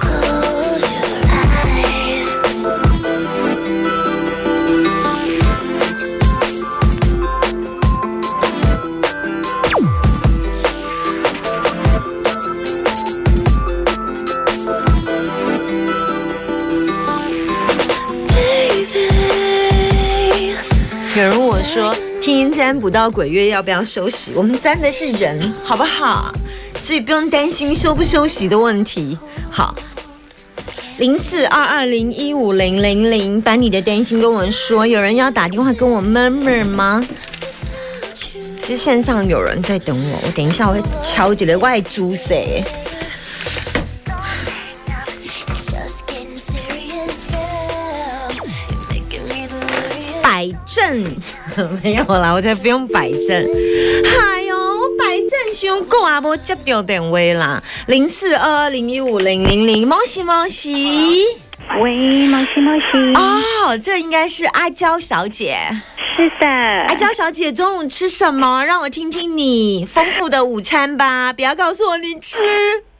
Close your eyes. 有人问我说，听音占卜到鬼月要不要休息？我们占的是人，好不好？所以不用担心休不休息的问题。好，零四二二零一五零零零，把你的担心跟我说。有人要打电话跟我 murmur 吗？其实线上有人在等我，我等一下我会敲几个外租谁？ It's just getting serious now. You're making me delirious. 摆正， 没有啦，我才不用摆正。哎呦，摆正胸够啊，无接到电话啦，零四二二零一五零零零，恭喜恭喜！喂，毛西毛西，哦，这应该是阿娇小姐。是的，阿娇小姐中午吃什么？让我听听你丰富的午餐吧，不要告诉我你吃。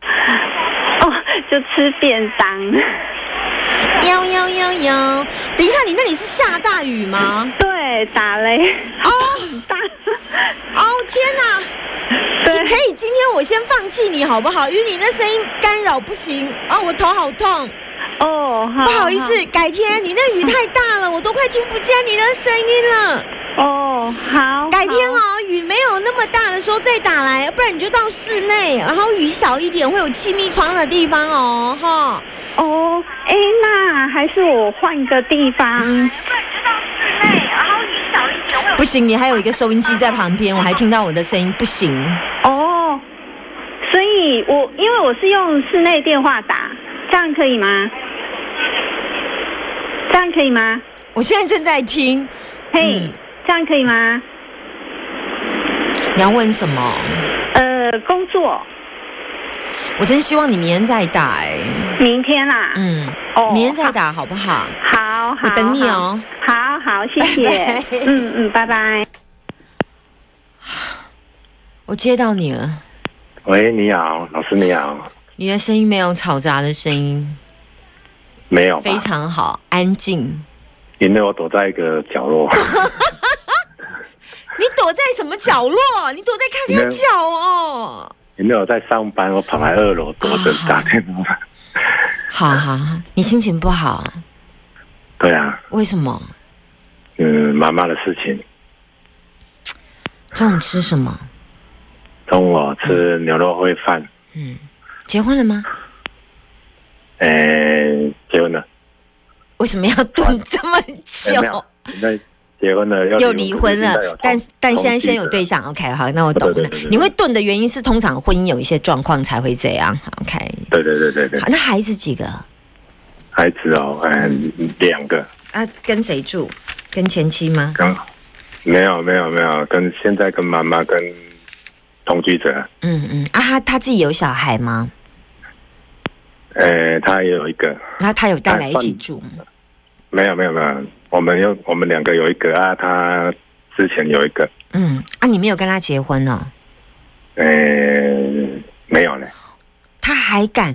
哦，就吃便当，呦呦呦呦，等一下，你那里是下大雨吗？对，打雷，哦大，哦，天哪！可对，以，今天我先放弃你好不好？因为你那声音干扰不行哦，我头好痛，哦，好不好意思，改天。你那雨太大了，我都快听不见你的声音了。好哦，好，改天好哦，雨没有那么大的时候再打来，不然你就到室内，然后雨小一点，会有气密窗的地方哦，哈。哦，哎，那还是我换个地方，不行，你还有一个收音机在旁边，我还听到我的声音，不行。哦，所以我因为我是用室内电话打，这样可以吗？这样可以吗？我现在正在听，嘿，嗯这样可以吗？你要问什么？呃，工作我真希望你明天再打、哎，明天啦，嗯，哦明天再打好不好？好，好我等你哦。好好，谢拜谢拜。嗯嗯，拜拜。我接到你了，喂，你好，老师你好，你的声音没有嘈杂的声音，没有吧？非常好，安静。因为我躲在一个 角落，你躲在什么角落？你躲在看看角哦。因为我在上班，我跑来二楼躲着打电话。啊好好好，你心情不好啊，对啊，为什么？嗯，妈妈的事情，中午吃什么？中午吃牛肉烩饭，结婚了吗？诶、结婚了，为什么要炖这么诶没久有？，那结婚了又又离婚了，但但现在先有对象，象，OK，好，那我懂对了对对。对你会炖的原因是通常婚姻有一些状况才会这样，OK。对对对对对好，，那孩子几个？孩子哦，嗯、两个，啊，跟谁住？跟前妻吗？刚没有没有没有，跟现在跟妈妈跟同居者，嗯嗯，啊，他他自己有小孩吗？诶、他也有一个，那他有带来一起哎住嗯吗？没有没有没有，我们有我们两个有一个啊，他之前有一个，嗯，啊，你没有跟他结婚哦？呃，没有呢，他还敢，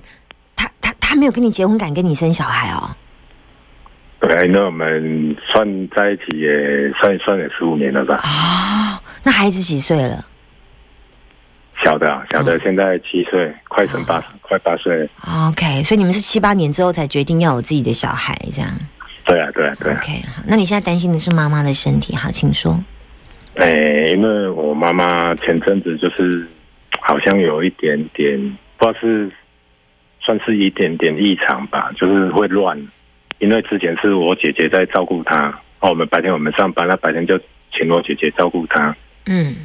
他他他没有跟你结婚，敢跟你生小孩哦？对，那我们算在一起也算一算也十五年了吧，哦，那孩子几岁了？小的啊小的现在七岁，快成八快八岁， OK，所以你们是七八年之后才决定要有自己的小孩，这样。对啊对啊对啊， OK，好，那你现在担心的是妈妈的身体，好，请说。诶，哎因为我妈妈前阵子就是好像有一点点，不知道是算是一点点异常吧，就是会乱。因为之前是我姐姐在照顾她，哦，我们白天我们上班，那白天就请我姐姐照顾她。嗯，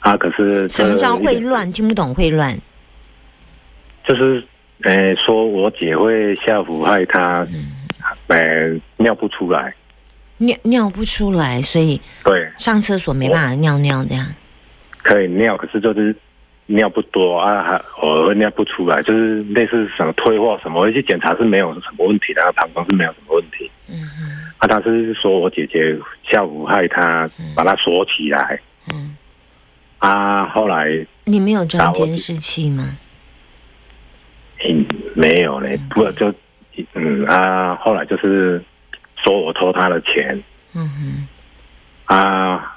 啊，可是什么叫会？呃乱？听不懂会乱。就是诶，说我姐会下腹害她，嗯诶，尿不出来，尿尿不出来，所以对，上厕所没办法尿尿这样。可以尿，可是就是尿不多啊，还偶尔尿不出来，就是类似什么退化什么，我去检查是没有什么问题的，她膀胱是没有什么问题。嗯啊，他是说我姐姐下午害他把他锁起来，嗯，啊，后来你没有打装我监视器吗？嗯没有嘞，不就嗯啊，后来就是说我偷他的钱嗯哼，啊，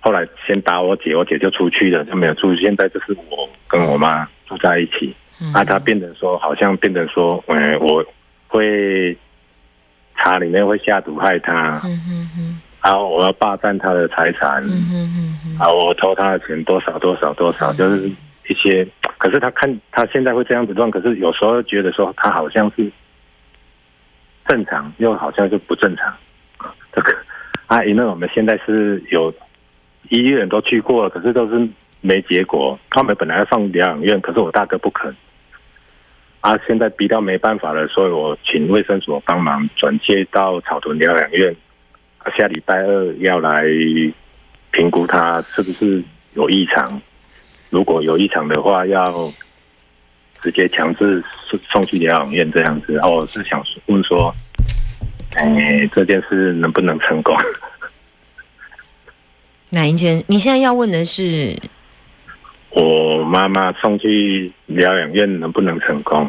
后来先打我姐，我姐就出去了，就没有住。现在就是我跟我妈住在一起，嗯啊，她变成说好像变成说，嗯、我会茶里面会下毒害她，嗯哼哼，然后我要霸占她的财产，嗯哼哼哼，啊，我偷他的钱多少多少多少，就是一些。可是他看他现在会这样子乱，可是有时候觉得说他好像是正常，又好像就不正常。这个啊，因为我们现在是有医院都去过了，可是都是没结果。他们本来要上疗养院，可是我大哥不肯。啊，现在逼到没办法了，所以我请卫生所帮忙转介到草屯疗养院。啊下礼拜二要来评估他是不是有异常，如果有异常的话，要直接强制送送去疗养院这样子。哦，我是想问说，哎，这件事能不能成功？ 哪一间？你现在要问的是我妈妈送去疗养院能不能成功？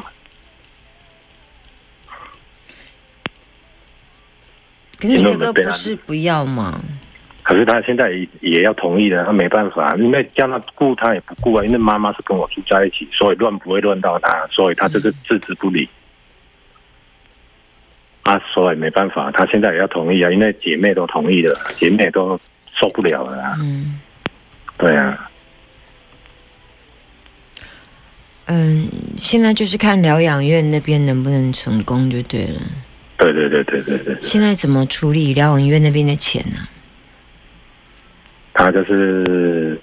可是你因哥为我们哥被不他是不要吗？可是他现在也也要同意了，他没办法，因为叫他顾他也不顾啊，因为妈妈是跟我住在一起，所以乱不会乱到他，所以他就是置之不理。啊，所以没办法，他现在也要同意啊，因为姐妹都同意了，姐妹都受不了了啊。嗯对啊，嗯，现在就是看疗养院那边能不能成功就对了。对啊对对对对对，现在怎么处理疗养院那边的钱啊呢、他就是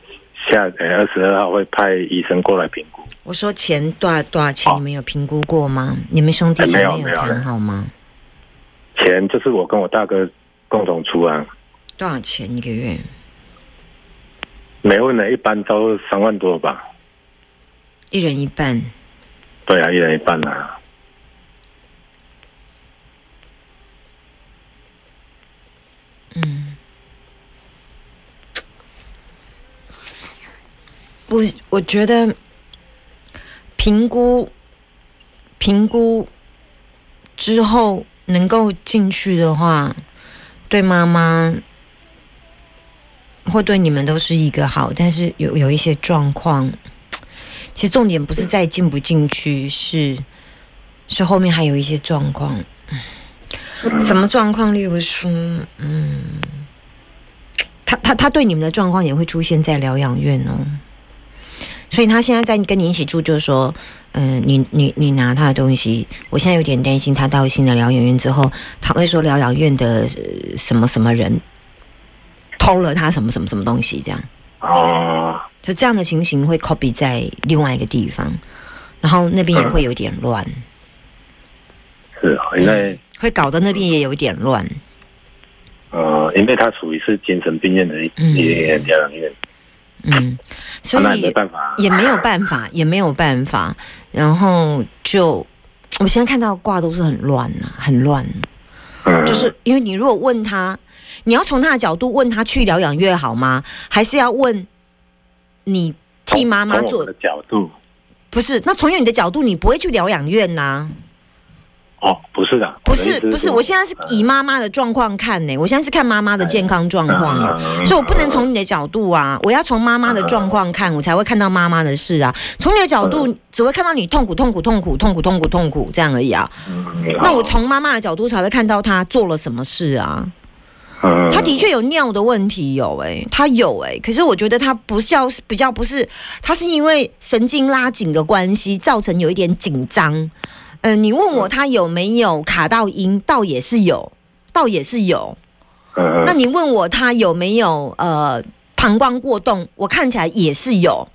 下呃二十二号会派医生过来评估。我说钱多少多少钱，哦你们有评估过吗？你们兄弟姐哎没有妹没有谈好吗？钱就是我跟我大哥共同出啊，多少钱一个月？每问呢一般都三万多吧。一人一半。对啊，一人一半啊。我我觉得评估评估之后能够进去的话，对妈妈或对你们都是一个好，但是有有一些状况，其实重点不是在进不进去，是是后面还有一些状况。什么状况？例如说，嗯，他他他对你们的状况也会出现在疗养院哦。所以他现在在跟你一起住，就是说，嗯、你你你拿他的东西，我现在有点担心他到新的疗养院之后，他会说疗养院的、呃什么什么人偷了他什么什么什么东西，这样，哦，就这样的情形会 copy 在另外一个地方，然后那边也会有点乱，是啊，嗯因为会搞得那边也有点乱。呃，因为他属于是精神病院的一嗯一疗养院，嗯，所啊那也以没办法，也没有办法，也没有办法。然后就我现在看到卦都是很乱啊，很乱、嗯，就是因为你如果问他，你要从他的角度问他去疗养院好吗？还是要问你替妈妈哦从我做们？的角度，不是，那从你的角度，你不会去疗养院呐、哦，不是嗯的，不是不是，我现在是以妈，妈妈的状况看呢、我现在是看妈妈的健康状况啊，嗯所以我不能从你的角度啊，我要从妈妈的状况看，我才会看到妈妈的事啊。从你的角度，嗯只会看到你痛苦、痛苦、痛苦、痛苦、痛苦、痛苦这样而已啊。嗯那我，从妈妈的角度才会看到她做了什么事啊。嗯他的，确有尿的问题，有哎、他有哎、可是我觉得他不像是比较不是，他是因为神经拉紧的关系，造成有一点紧张。嗯、你问我他有没有卡到音，倒也是有，倒也是有。嗯那你问我他有没有呃膀胱过动，我看起来也是有。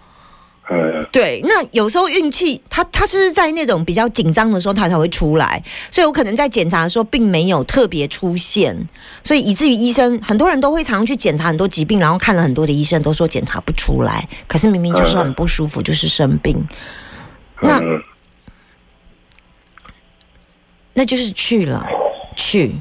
嗯对，那有时候运气，他他是在那种比较紧张的时候，他才会出来，所以我可能在检查的时候并没有特别出现，所以以至于医生很多人都会常去检查很多疾病，然后看了很多的医生都说检查不出来，可是明明就是很不舒服，就是生病，那嗯那就是去了，去，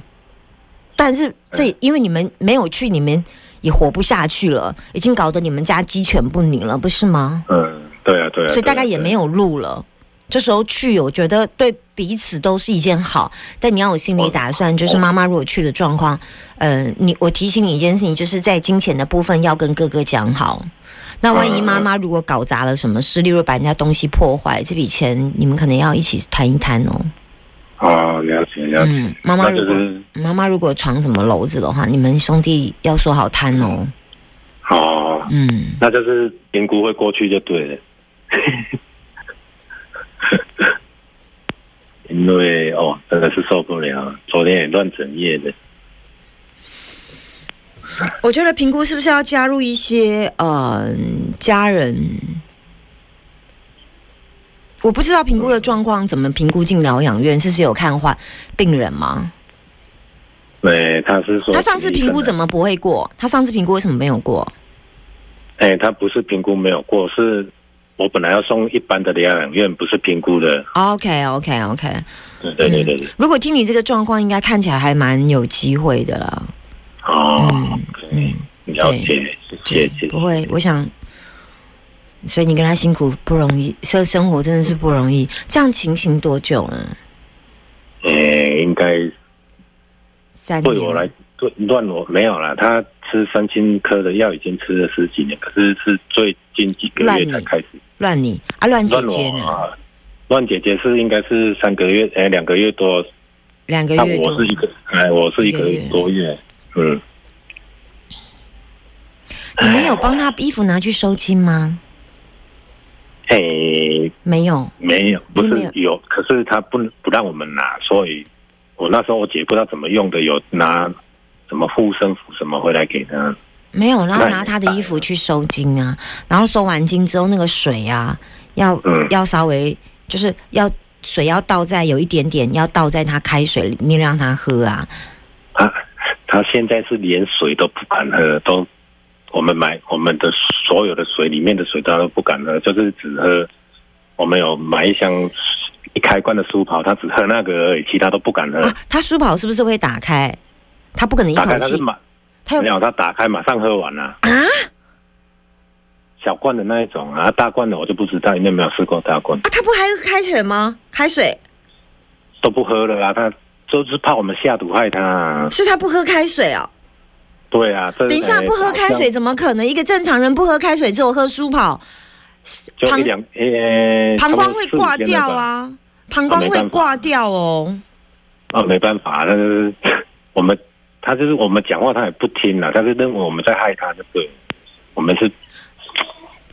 但是这因为你们没有去，你们也活不下去了，已经搞得你们家鸡犬不宁了，不是吗？嗯，对啊，对啊，所以大概也没有，有路了。这时候去，我觉得对彼此都是一件好，但你要有心哦理打算，就是妈妈如果去的状况，呃，你我提醒你一件事情，就是在金钱的部分要跟哥哥讲好。那万嗯一妈妈如果搞砸了什么事，例如把人家东西破坏，这笔钱你们可能要一起谈一谈哦。哦，了解了解，嗯，妈妈那如就果是妈妈如果闯什么篓子的话，你们兄弟要说好摊哦。哦，嗯，那就是评估会过去就对了。 因为哦，真的是受不了，昨天也乱整夜的。我觉得评估是不是要加入一些呃家人？我不知道评估的状况怎么评估进疗养院，是是有看患病人吗？对，哎他是说他上次评估怎么？么不会过？他上次评估为什么没有过？哎，他不是评估没有过，是我本来要送一般的疗养院，不是评估的。 OK OK OK，对对对对对。如果听你这个状况，应该看起来还蛮有机会的啦。哦，嗯嗯，了解，谢谢谢谢不。会，我想，所以你跟他辛苦不容易，这生活真的是不容易。这样情形多久了？哎，应该三年。对我来，对乱我没有啦。他吃三星科的药已经吃了十几年，可是是最近几个乱月你才开始。乱你啊，乱姐乱姐我呢？啊，乱姐姐是应该是三个月，哎，两个月多。两个那月我多是。一个，哎，我是一个一个月多月。嗯，你们有帮他衣服拿去收金吗？嘿，没有。没有，不没是有有，可是他不不让我们拿，所以我那时候我姐不知道怎么用的，有拿什么护身符什么回来给他。没有，然后那拿你他的衣服去收金啊，然后收完金之后，那个水啊，要、嗯要稍微就是要水要倒在有一点点，要倒在他开水里面让他喝啊。他他现在是连水都不敢喝，都我们买我们的所有的水里面的水他都不敢喝，就是只喝我们有买一箱一开罐的苏跑，他只喝那个而已，其他都不敢喝。啊，他书包是不是会打开？他不可能一嗯打口开他是气，马他有没有他打开马上喝完了啊。小罐的那一种啊，大罐的我就不知道，因为没有试过大罐，啊，他不还开水吗？开水，都不喝了啊。他就是怕我们下毒害他啊。所以他不喝开水哦。对啊，这等一下，哎不喝开水怎么可能？一个正常人不喝开水，只有喝舒跑，就膀一两诶，膀胱会差不多挂四五天了掉吧啊，膀胱没会办法挂掉哦。啊，没办法，那就是 我们，他就是我们讲话他也不听啊了，他就认为我们在害他，就对了，我们是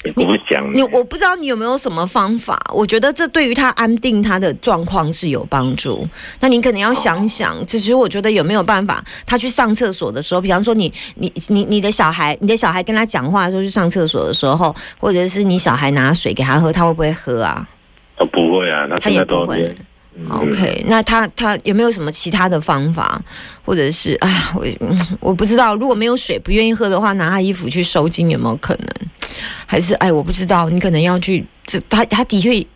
也不会讲。你我不知道你有没有什么方法，我觉得这对于他安定他的状况是有帮助。那你可能要想想，其实我觉得有没有办法，他去上厕所的时候，比方说你你你你的小孩，你的小孩跟他讲话的时候去上厕所的时候，或者是你小孩拿水给他喝，他会不会喝啊？都不会啊，他他现也在不都会。嗯 OK，那他他有没有什么其他的方法，或者是哎，我嗯我不知道，如果没有水不愿意喝的话，拿他衣服去收金有没有可能？还是哎，我不知道，你可能要去这他他的确也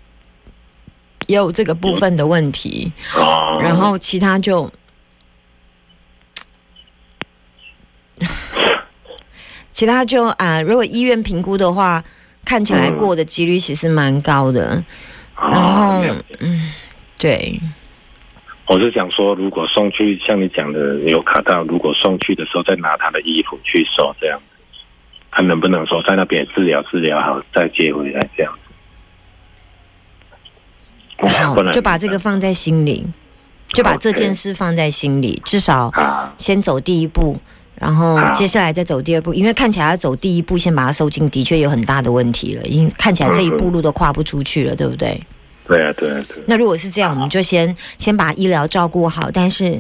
有这个部分的问题，哦，然后其他就。其他就啊、如果医院评估的话，看起来嗯过的几率其实蛮高的。然哦后，了解嗯，对，我是想说，如果送去像你讲的有卡到，如果送去的时候再拿他的衣服去收，这样看能不能说在那边治疗治疗好再接回来这样好不，然就把这个放在心里，就把这件事放在心里，至少啊，先走第一步，然后好接下来再走第二步。因为看起来要走第一步，先把它收进，的确有很大的问题了，已经看起来嗯这一步路都跨不出去了，对不对？对啊，对啊，对啊，那如果是这样，我们就先先把医疗照顾好，但是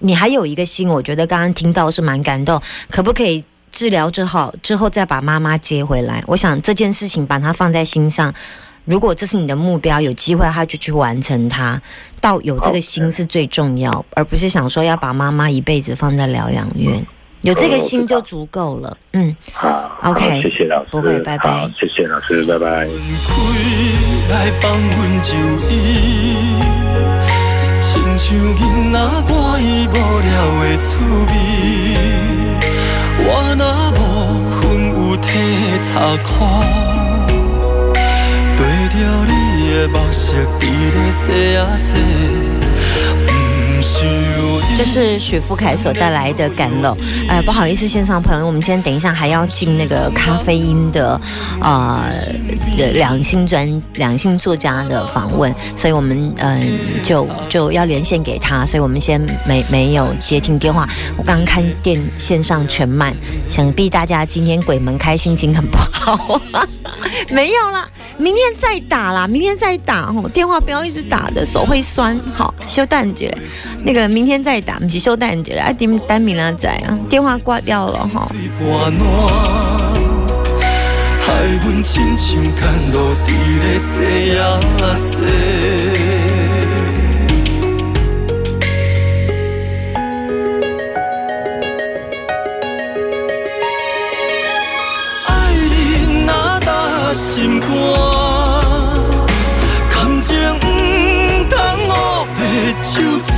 你还有一个心，我觉得刚刚听到是蛮感动，可不可以？治疗之后，之后再把妈妈接回来。我想这件事情把它放在心上。如果这是你的目标，有机会他就去完成它。到有这个心是最重要，而不是想说要把妈妈一辈子放在疗养院。嗯有这个心就足够了。嗯，好 OK，好谢谢老师，不会拜拜好谢谢老师，拜拜。开来放阮就伊，亲像囡仔看伊无聊的趣味，我若无份有体查看，对着你的目色伫咧洗啊洗，不想伊这是许富凯所带来的干露。呃，不好意思，线上朋友，我们今天等一下还要进那个咖啡因的呃的两性专两性作家的访问，所以我们嗯、呃、就就要连线给他，所以我们先没没有接听电话。我刚刚看电线上全满，想必大家今天鬼门开，心情很不好。 没有啦，明天再打啦，明天再打哦，电话不要一直打着，手会酸。好，休蛋姐，那个明天再打，不是休蛋姐了，啊，丁丹明啦仔啊，电话挂掉了哈、水半烂，害阮亲像干路伫咧洗啊洗。爱你若打心肝，感情毋通乌白手纸。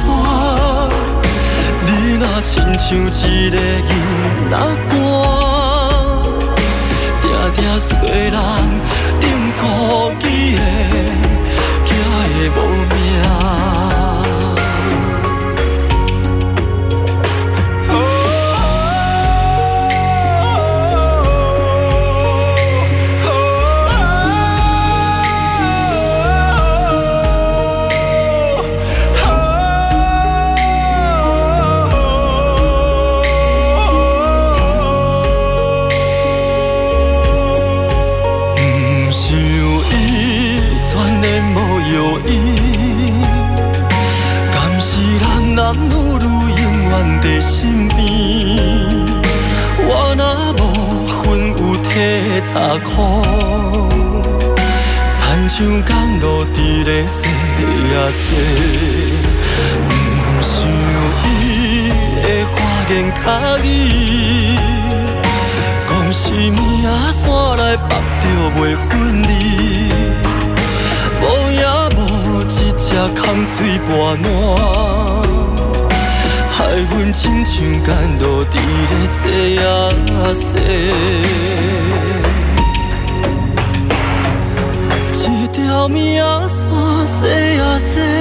你若亲像一个囡仔歌，定定做人顶孤己的，行的无命。哦不想伊全然无药医，敢是男男女女永远在身边？我若无份有体查苦，亲像甘露伫咧洗啊洗。不想伊的花言巧语。讲是命线来绑着袂分离，无影无一只空嘴跋烂，害阮亲像干路伫咧洗啊洗。一条命线洗啊洗，